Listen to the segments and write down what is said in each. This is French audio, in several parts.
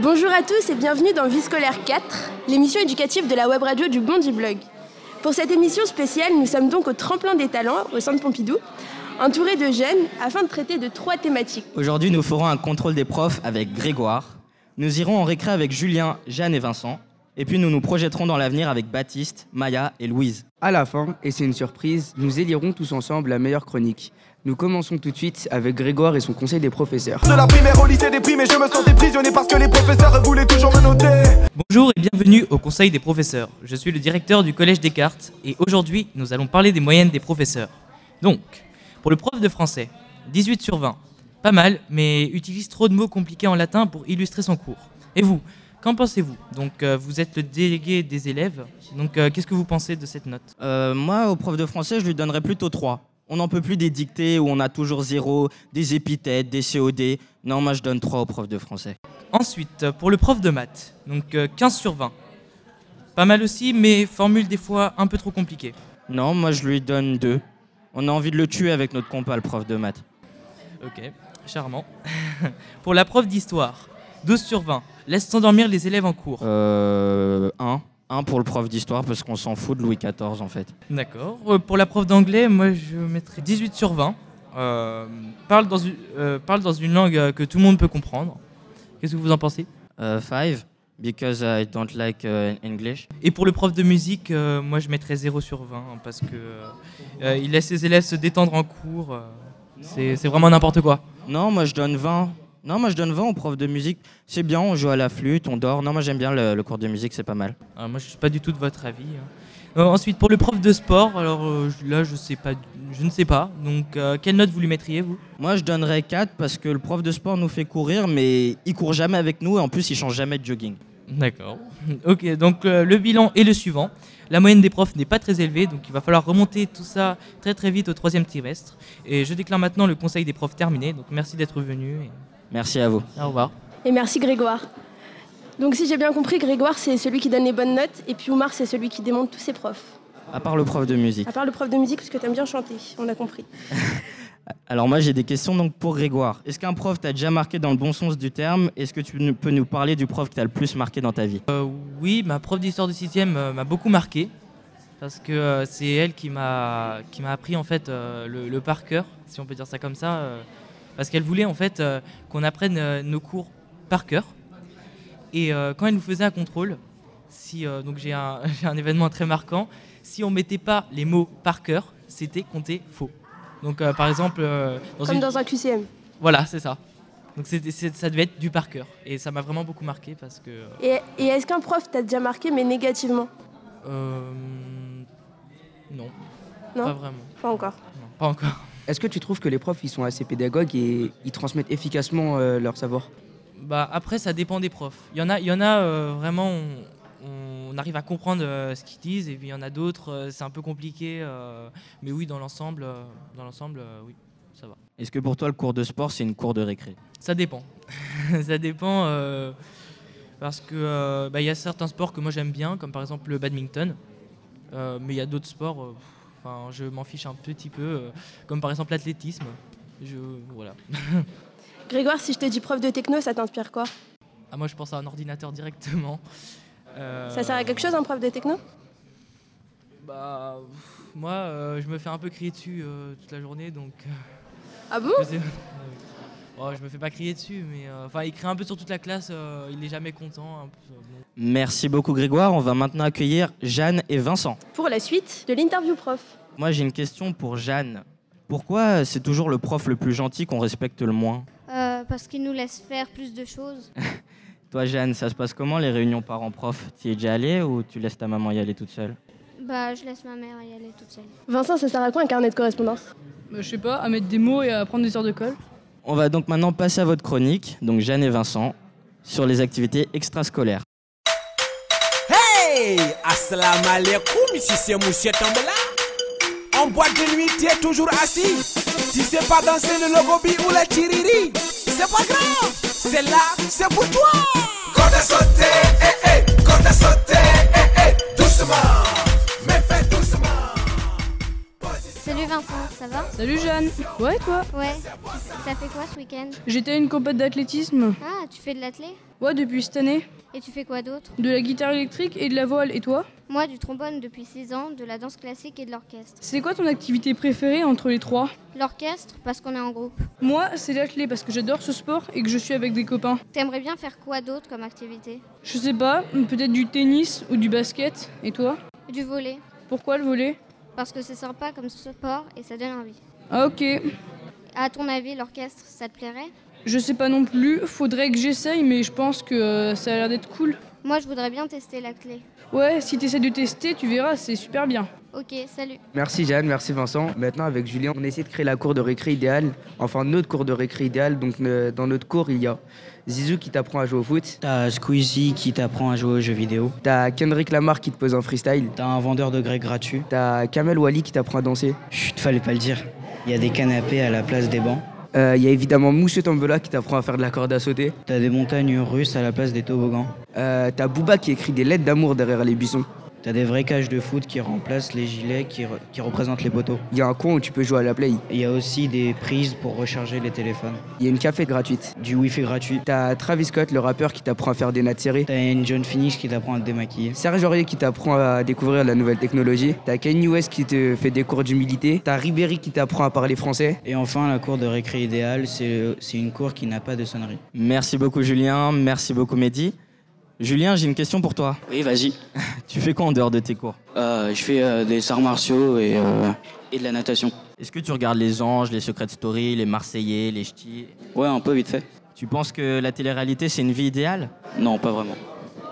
Bonjour à tous et bienvenue dans Vie scolaire 4, l'émission éducative de la web radio du Bondi Blog. Pour cette émission spéciale, nous sommes donc au tremplin des talents au centre Pompidou, entourés de jeunes afin de traiter de trois thématiques. Aujourd'hui, nous ferons un contrôle des profs avec Grégoire. Nous irons en récré avec Julien, Jeanne et Vincent. Et puis nous nous projetterons dans l'avenir avec Baptiste, Maya et Louise. À la fin, et c'est une surprise, nous élirons tous ensemble la meilleure chronique. Nous commençons tout de suite avec Grégoire et son conseil des professeurs. De la primaire au lycée déprimé, je me sentais prisonnier parce que les professeurs voulaient toujours me noter. Bonjour et bienvenue au Conseil des professeurs. Je suis le directeur du Collège Descartes et aujourd'hui nous allons parler des moyennes des professeurs. Donc, pour le prof de français, 18 sur 20. Pas mal, mais utilise trop de mots compliqués en latin pour illustrer son cours. Et vous, qu'en pensez-vous Donc, euh, vous êtes le délégué des élèves. Donc, euh, qu'est-ce que vous pensez de cette note Euh, moi, au prof de français, je lui donnerais plutôt 3. On n'en peut plus des dictées où on a toujours zéro, des épithètes, des COD. Non, moi, je donne 3 au prof de français. Ensuite, euh, pour le prof de maths, donc euh, 15 sur 20. Pas mal aussi, mais formule des fois un peu trop compliquée. Non, moi, je lui donne 2. On a envie de le tuer avec notre compas, le prof de maths. Ok, charmant. pour la prof d'histoire, 12 sur 20. Laisse s'endormir les élèves en cours. Euh. 1. 1 pour le prof d'histoire parce qu'on s'en fout de Louis XIV, en fait. D'accord. Euh, pour la prof d'anglais, moi je mettrais 18 sur 20. Euh, parle, dans une, euh, parle dans une langue euh, que tout le monde peut comprendre. Qu'est-ce que vous en pensez 5. Euh, because I don't like uh, English. Et pour le prof de musique, euh, moi je mettrais 0 sur 20 hein, parce que euh, euh, il laisse ses élèves se détendre en cours. euh, c'est c'est vraiment n'importe quoi. Non, moi je donne 20. Non, moi je donne 20 au prof de musique. C'est bien, on joue à la flûte, on dort. Non, moi j'aime bien le, le cours de musique, c'est pas mal. Alors, Ah, moi je suis pas du tout de votre avis. hein. Euh, ensuite, pour le prof de sport, alors euh, je- là je sais pas, je ne sais pas. Donc euh, quelle note vous lui mettriez vous Moi je donnerais 4 parce que le prof de sport nous fait courir, mais il court jamais avec nous et en plus il change jamais de jogging. D'accord. Ok, donc euh, le bilan est le suivant. La moyenne des profs n'est pas très élevée, donc il va falloir remonter tout ça très très vite au troisième trimestre. Et je déclare maintenant le conseil des profs terminé, donc merci d'être venu Merci à vous. et au revoir. Et merci Grégoire. Donc si j'ai bien compris, Grégoire c'est celui qui donne les bonnes notes et puis Oumar c'est celui qui démonte tous ses profs. À part le prof de musique. À part le prof de musique parce que t'aimes bien chanter, on a compris. Alors moi j'ai des questions donc pour Grégoire. Est-ce qu'un prof t'a déjà marqué dans le bon sens du terme Est-ce que tu nous- peux nous parler du prof qui t'a le plus marqué dans ta vie Euh, oui, ma prof d'histoire de 6 m'a beaucoup marqué, parce que euh, c'est elle qui m'a qui m'a appris en fait euh, le, le par cœur, si on peut dire ça comme ça, euh, parce qu'elle voulait en fait euh, qu'on apprenne euh, nos cours par cœur. Et euh, quand elle nous faisait un contrôle, si, euh, donc j'ai un, j'ai un événement très marquant, si on mettait pas les mots par cœur, c'était compté faux. Donc euh, par exemple, euh, dans Comme une- dans un QCM. voilà, c'est ça. Donc c'était- c'est- ça devait être du par cœur. Et ça m'a vraiment beaucoup marqué parce que... euh, Et, et est-ce qu'un prof t'a déjà marqué mais négativement Euh, non. Non Pas vraiment. Pas encore. Non, pas encore. Est-ce que tu trouves que les profs ils sont assez pédagogues et ils transmettent efficacement euh, leur savoir Bah après ça dépend des profs. Il y en a, il y en a euh, vraiment on, on arrive à comprendre euh, ce qu'ils disent et puis il y en a d'autres euh, c'est un peu compliqué. euh, mais oui dans l'ensemble, euh, dans l'ensemble euh, oui ça va. Est-ce que pour toi le cours de sport c'est une cour de récré Ça dépend. ça dépend euh, parce que euh, bah, il y a certains sports que moi j'aime bien comme par exemple le badminton. Euh, mais il y a d'autres sports. euh, pff, Enfin, je m'en fiche un petit peu, euh, comme par exemple l'athlétisme. Je, voilà. Grégoire, si je te dis prof de techno, ça t'inspire quoi Ah, moi, je pense à un ordinateur directement. Euh, Ça sert à quelque chose un prof de techno Bah, pff, moi, euh, je me fais un peu crier dessus euh, toute la journée, donc. euh, Ah bon je sais- Oh, je me fais pas crier dessus, mais euh, enfin, il crie un peu sur toute la classe. euh, il est jamais content. un peu, euh, bon. Merci beaucoup Grégoire. On va maintenant accueillir Jeanne et Vincent. Pour la suite de l'interview prof. Moi, j'ai une question pour Jeanne. Pourquoi c'est toujours le prof le plus gentil qu'on respecte le moins Euh, parce qu'il nous laisse faire plus de choses. Toi, Jeanne, ça se passe comment les réunions parents-prof Tu es déjà allée ou tu laisses ta maman y aller toute seule Bah, je laisse ma mère y aller toute seule. Vincent, ça sert à quoi un carnet de correspondance Bah, je sais pas, à mettre des mots et à prendre des heures de colle. On va donc maintenant passer à votre chronique, donc Jeanne et Vincent, sur les activités extrascolaires. Hey, assalamu alaikum, ici c'est Monsieur Tambela. En boîte de nuit, tu es toujours assis. Tu sais pas danser le logobi ou la tiriri. C'est pas grave, c'est là, c'est pour toi. Quand t'as sauté, eh, eh, quand t'as sauté, eh, eh, doucement, mais fais doucement. Salut Vincent, ça va Salut Jeanne Ouais, toi Ouais. T'as fait quoi ce week-end J'étais à une compète d'athlétisme. Ah, tu fais de l'athlé Ouais, depuis cette année. Et tu fais quoi d'autre De la guitare électrique et de la voile. Et toi Moi, du trombone depuis 6 ans, de la danse classique et de l'orchestre. C'est quoi ton activité préférée entre les trois L'orchestre, parce qu'on est en groupe. Moi, c'est l'athlé parce que j'adore ce sport et que je suis avec des copains. T'aimerais bien faire quoi d'autre comme activité Je sais pas, peut-être du tennis ou du basket. Et toi Du volet, Pourquoi le volet parce que c'est sympa comme sport et ça donne envie. Ah, ok. À ton avis, l'orchestre, ça te plairait Je sais pas non plus, faudrait que j'essaye, mais je pense que euh, ça a l'air d'être cool. Moi, je voudrais bien tester la clé. Ouais, si t'essaies de tester, tu verras, c'est super bien. Ok, salut. Merci Jeanne, merci Vincent. Maintenant avec Julien, on essaie de créer la cour de récré idéale, enfin notre cour de récré idéale. Donc euh, dans notre cour, il y a Zizou qui t'apprend à jouer au foot, T'as Squeezie qui t'apprend à jouer aux jeux vidéo. t'as Kendrick Lamar qui te pose un freestyle, T'as un vendeur de grès gratuit. t'as Kamel Wally qui t'apprend à danser, Chut, fallait pas le dire. Il y a des canapés à la place des bancs. Euh, il y a évidemment Mousseux Tambela qui t'apprend à faire de la corde à sauter, T'as des montagnes russes à la place des toboggans. Euh, t'as Booba qui écrit des lettres d'amour derrière les buissons, T'as des vraies cages de foot qui remplacent les gilets qui, re- qui représentent les poteaux. il y a un coin où tu peux jouer à la play, Il y a aussi des prises pour recharger les téléphones. il y a une café gratuite, Du wifi gratuit. t'as Travis Scott le rappeur qui t'apprend à faire des nattes serrées, T'as une John Finish qui t'apprend à te démaquiller. Serge Aurier qui t'apprend à découvrir la nouvelle technologie, t'as Kanye West qui te fait des cours d'humilité, t'as Ribéry qui t'apprend à parler français, Et enfin, la cour de récré idéale, c'est c'est une cour qui n'a pas de sonnerie. Merci beaucoup Julien, merci beaucoup Mehdi. Julien, j'ai une question pour toi. Oui, vas-y. Tu fais quoi en dehors de tes cours Euh, je fais euh, des arts martiaux et, euh, et de la natation. Est-ce que tu regardes les anges, les Secret Story, les Marseillais, les Ch'tis Ouais, un peu vite fait. Tu penses que la télé-réalité, c'est une vie idéale Non, pas vraiment.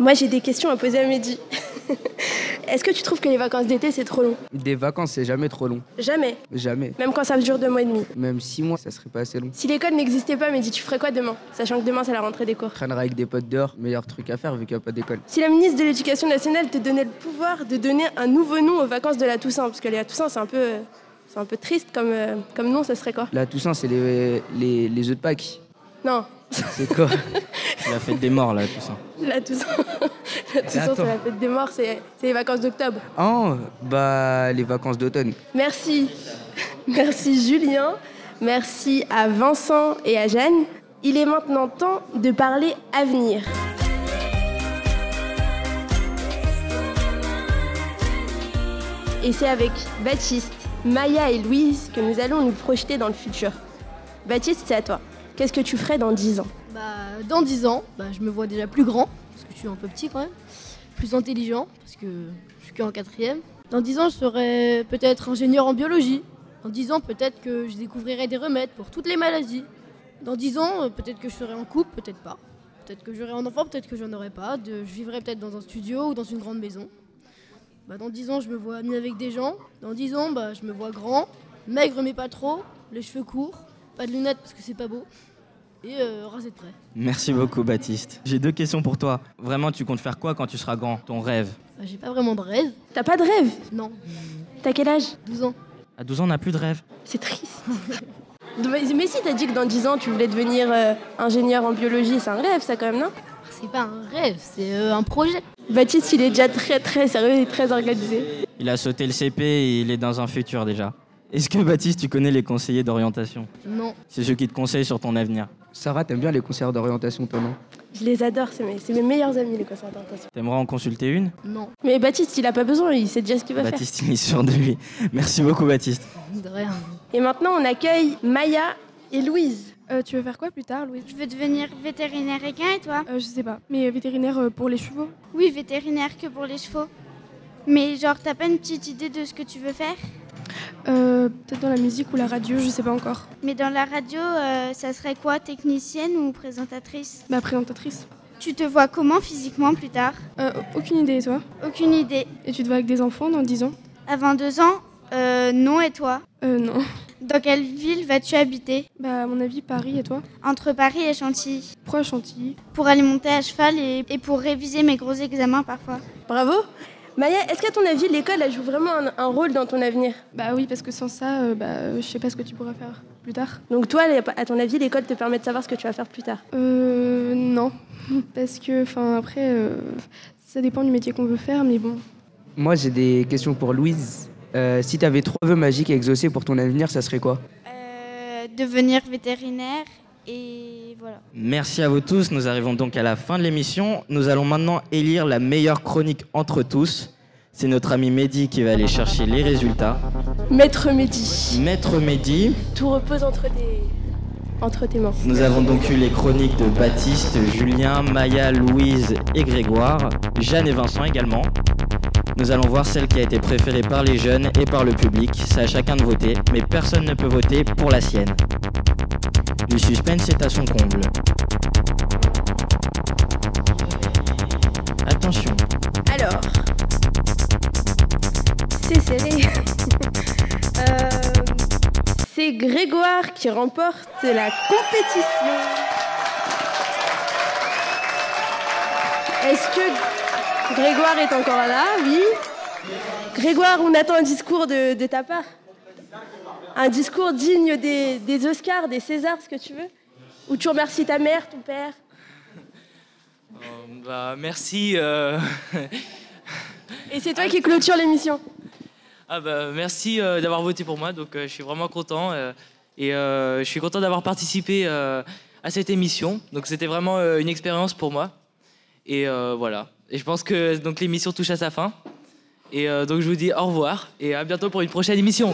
Moi, j'ai des questions à poser à Mehdi. Est-ce que tu trouves que les vacances d'été, c'est trop long Des vacances, c'est jamais trop long. Jamais, Jamais. même quand ça dure deux mois et demi. Même six mois, ça serait pas assez long. Si l'école n'existait pas, Mehdi, tu ferais quoi demain Sachant que demain, c'est la rentrée des cours. Traînera avec des potes dehors, meilleur truc à faire vu qu'il n'y a pas d'école. Si la ministre de l'Éducation nationale te donnait le pouvoir de donner un nouveau nom aux vacances de la Toussaint, parce que la Toussaint, c'est un peu, euh, c'est un peu triste comme, euh, comme nom, ça serait quoi Là, Toussaint, c'est les, les, les œufs de Pâques. Non, C'est quoi La fête des morts, là, tout ça. la Toussaint, la Toussaint, c'est Attends. la fête des morts, c'est c'est les vacances d'octobre. Oh, bah, les vacances d'automne. Merci. Merci Julien. Merci à Vincent et à Jeanne. Il est maintenant temps de parler avenir. Et c'est avec Baptiste, Maya et Louise que nous allons nous projeter dans le futur. Baptiste, c'est à toi. Qu'est-ce que tu ferais dans 10 ans Bah, dans 10 ans, bah, je me vois déjà plus grand, parce que je suis un peu petit quand même, plus intelligent, parce que je suis qu'en quatrième. Dans 10 ans, je serai peut-être ingénieur en biologie. Dans 10 ans, peut-être que je découvrirai des remèdes pour toutes les maladies. Dans 10 ans, euh, peut-être que je serai en couple, peut-être pas. Peut-être que j'aurai un enfant, peut-être que j'en aurai pas. De- je vivrai peut-être dans un studio ou dans une grande maison. Bah, dans 10 ans, je me vois ami avec des gens. Dans 10 ans, bah, je me vois grand, maigre mais pas trop, les cheveux courts, pas de lunettes parce que c'est pas beau, et euh, rasé de près. Merci beaucoup, Baptiste. J'ai deux questions pour toi. Vraiment, tu comptes faire quoi quand tu seras grand Ton rêve Bah, J'ai pas vraiment de rêve, T'as pas de rêve non. T'as quel âge 12 ans. À 12 ans, on n'a plus de rêve. C'est triste. mais, mais si, t'as dit que dans 10 ans, tu voulais devenir euh, ingénieur en biologie. C'est un rêve, ça, quand même, non Ah, C'est pas un rêve, c'est euh, un projet. Baptiste, il est déjà très très sérieux et très organisé. Il a sauté le CP et il est dans un futur déjà. Est-ce que, Baptiste, tu connais les conseillers d'orientation Non. C'est ceux qui te conseillent sur ton avenir. Sarah, t'aimes bien les concerts d'orientation, toi, non Je les adore, c'est mes, c'est mes meilleurs amis, les concerts d'orientation. T'aimerais en consulter une Non, Mais Baptiste, il a pas besoin, il sait déjà ce qu'il va faire. Baptiste, il est sûr de lui. Merci beaucoup, Baptiste. de rien. Et maintenant, on accueille Maya et Louise. Euh, tu veux faire quoi plus tard, Louise Je veux devenir vétérinaire équin et toi Euh, Je sais pas, mais vétérinaire euh, pour les chevaux. Oui, vétérinaire que pour les chevaux. Mais genre, t'as pas une petite idée de ce que tu veux faire Euh, Peut-être dans la musique ou la radio, je sais pas encore. Mais dans la radio, euh, ça serait quoi Technicienne ou présentatrice Ma présentatrice. Euh, Tu te vois comment physiquement plus tard aucune idée, et toi Aucune idée. Et tu te vois avec des enfants dans 10 ans À 22 ans Euh, non et toi Euh, non. Dans quelle ville vas-tu habiter Bah, à mon avis, Paris et toi Entre Paris et Chantilly. Pourquoi Chantilly Pour aller monter à cheval et, et pour réviser mes gros examens parfois. Bravo Maya, est-ce qu'à ton avis, l'école elle joue vraiment un, un rôle dans ton avenir Bah oui, parce que sans ça, euh, bah, euh, je sais pas ce que tu pourras faire plus tard. Donc toi, à ton avis, l'école te permet de savoir ce que tu vas faire plus tard. Euh, non. parce que, enfin, après, euh, ça dépend du métier qu'on veut faire, mais bon. Moi, j'ai des questions pour Louise. Euh, si t'avais trois vœux magiques à exaucer pour ton avenir, ça serait quoi Euh, devenir vétérinaire et voilà. Merci à vous tous. Nous arrivons donc à la fin de l'émission. Nous allons maintenant élire la meilleure chronique entre tous. C'est notre ami Mehdi qui va aller chercher les résultats. Maître Mehdi, Maître Mehdi, tout repose entre tes, entre tes mains. nous avons donc eu les chroniques de Baptiste, Julien, Maya, Louise et Grégoire, Jeanne et Vincent également. Nous allons voir celle qui a été préférée par les jeunes et par le public. C'est à chacun de voter, mais personne ne peut voter pour la sienne. Le suspense est à son comble. Attention, Alors, c'est serré. Euh, c'est Grégoire qui remporte la compétition. Est-ce que Grégoire est encore là Oui. Grégoire, on attend un discours de, de ta part. Un discours digne des, des Oscars, des Césars, ce que tu veux. Où tu remercies ta mère, ton père. Bah, merci. euh, Et c'est toi qui clôture l'émission. ah bah, merci euh, d'avoir voté pour moi. Donc, euh, je suis vraiment content. euh, et euh, je suis content d'avoir participé euh, à cette émission. Donc, c'était vraiment euh, une expérience pour moi. Et euh, voilà. Et je pense que donc l'émission touche à sa fin. Et euh, donc, je vous dis au revoir et à bientôt pour une prochaine émission.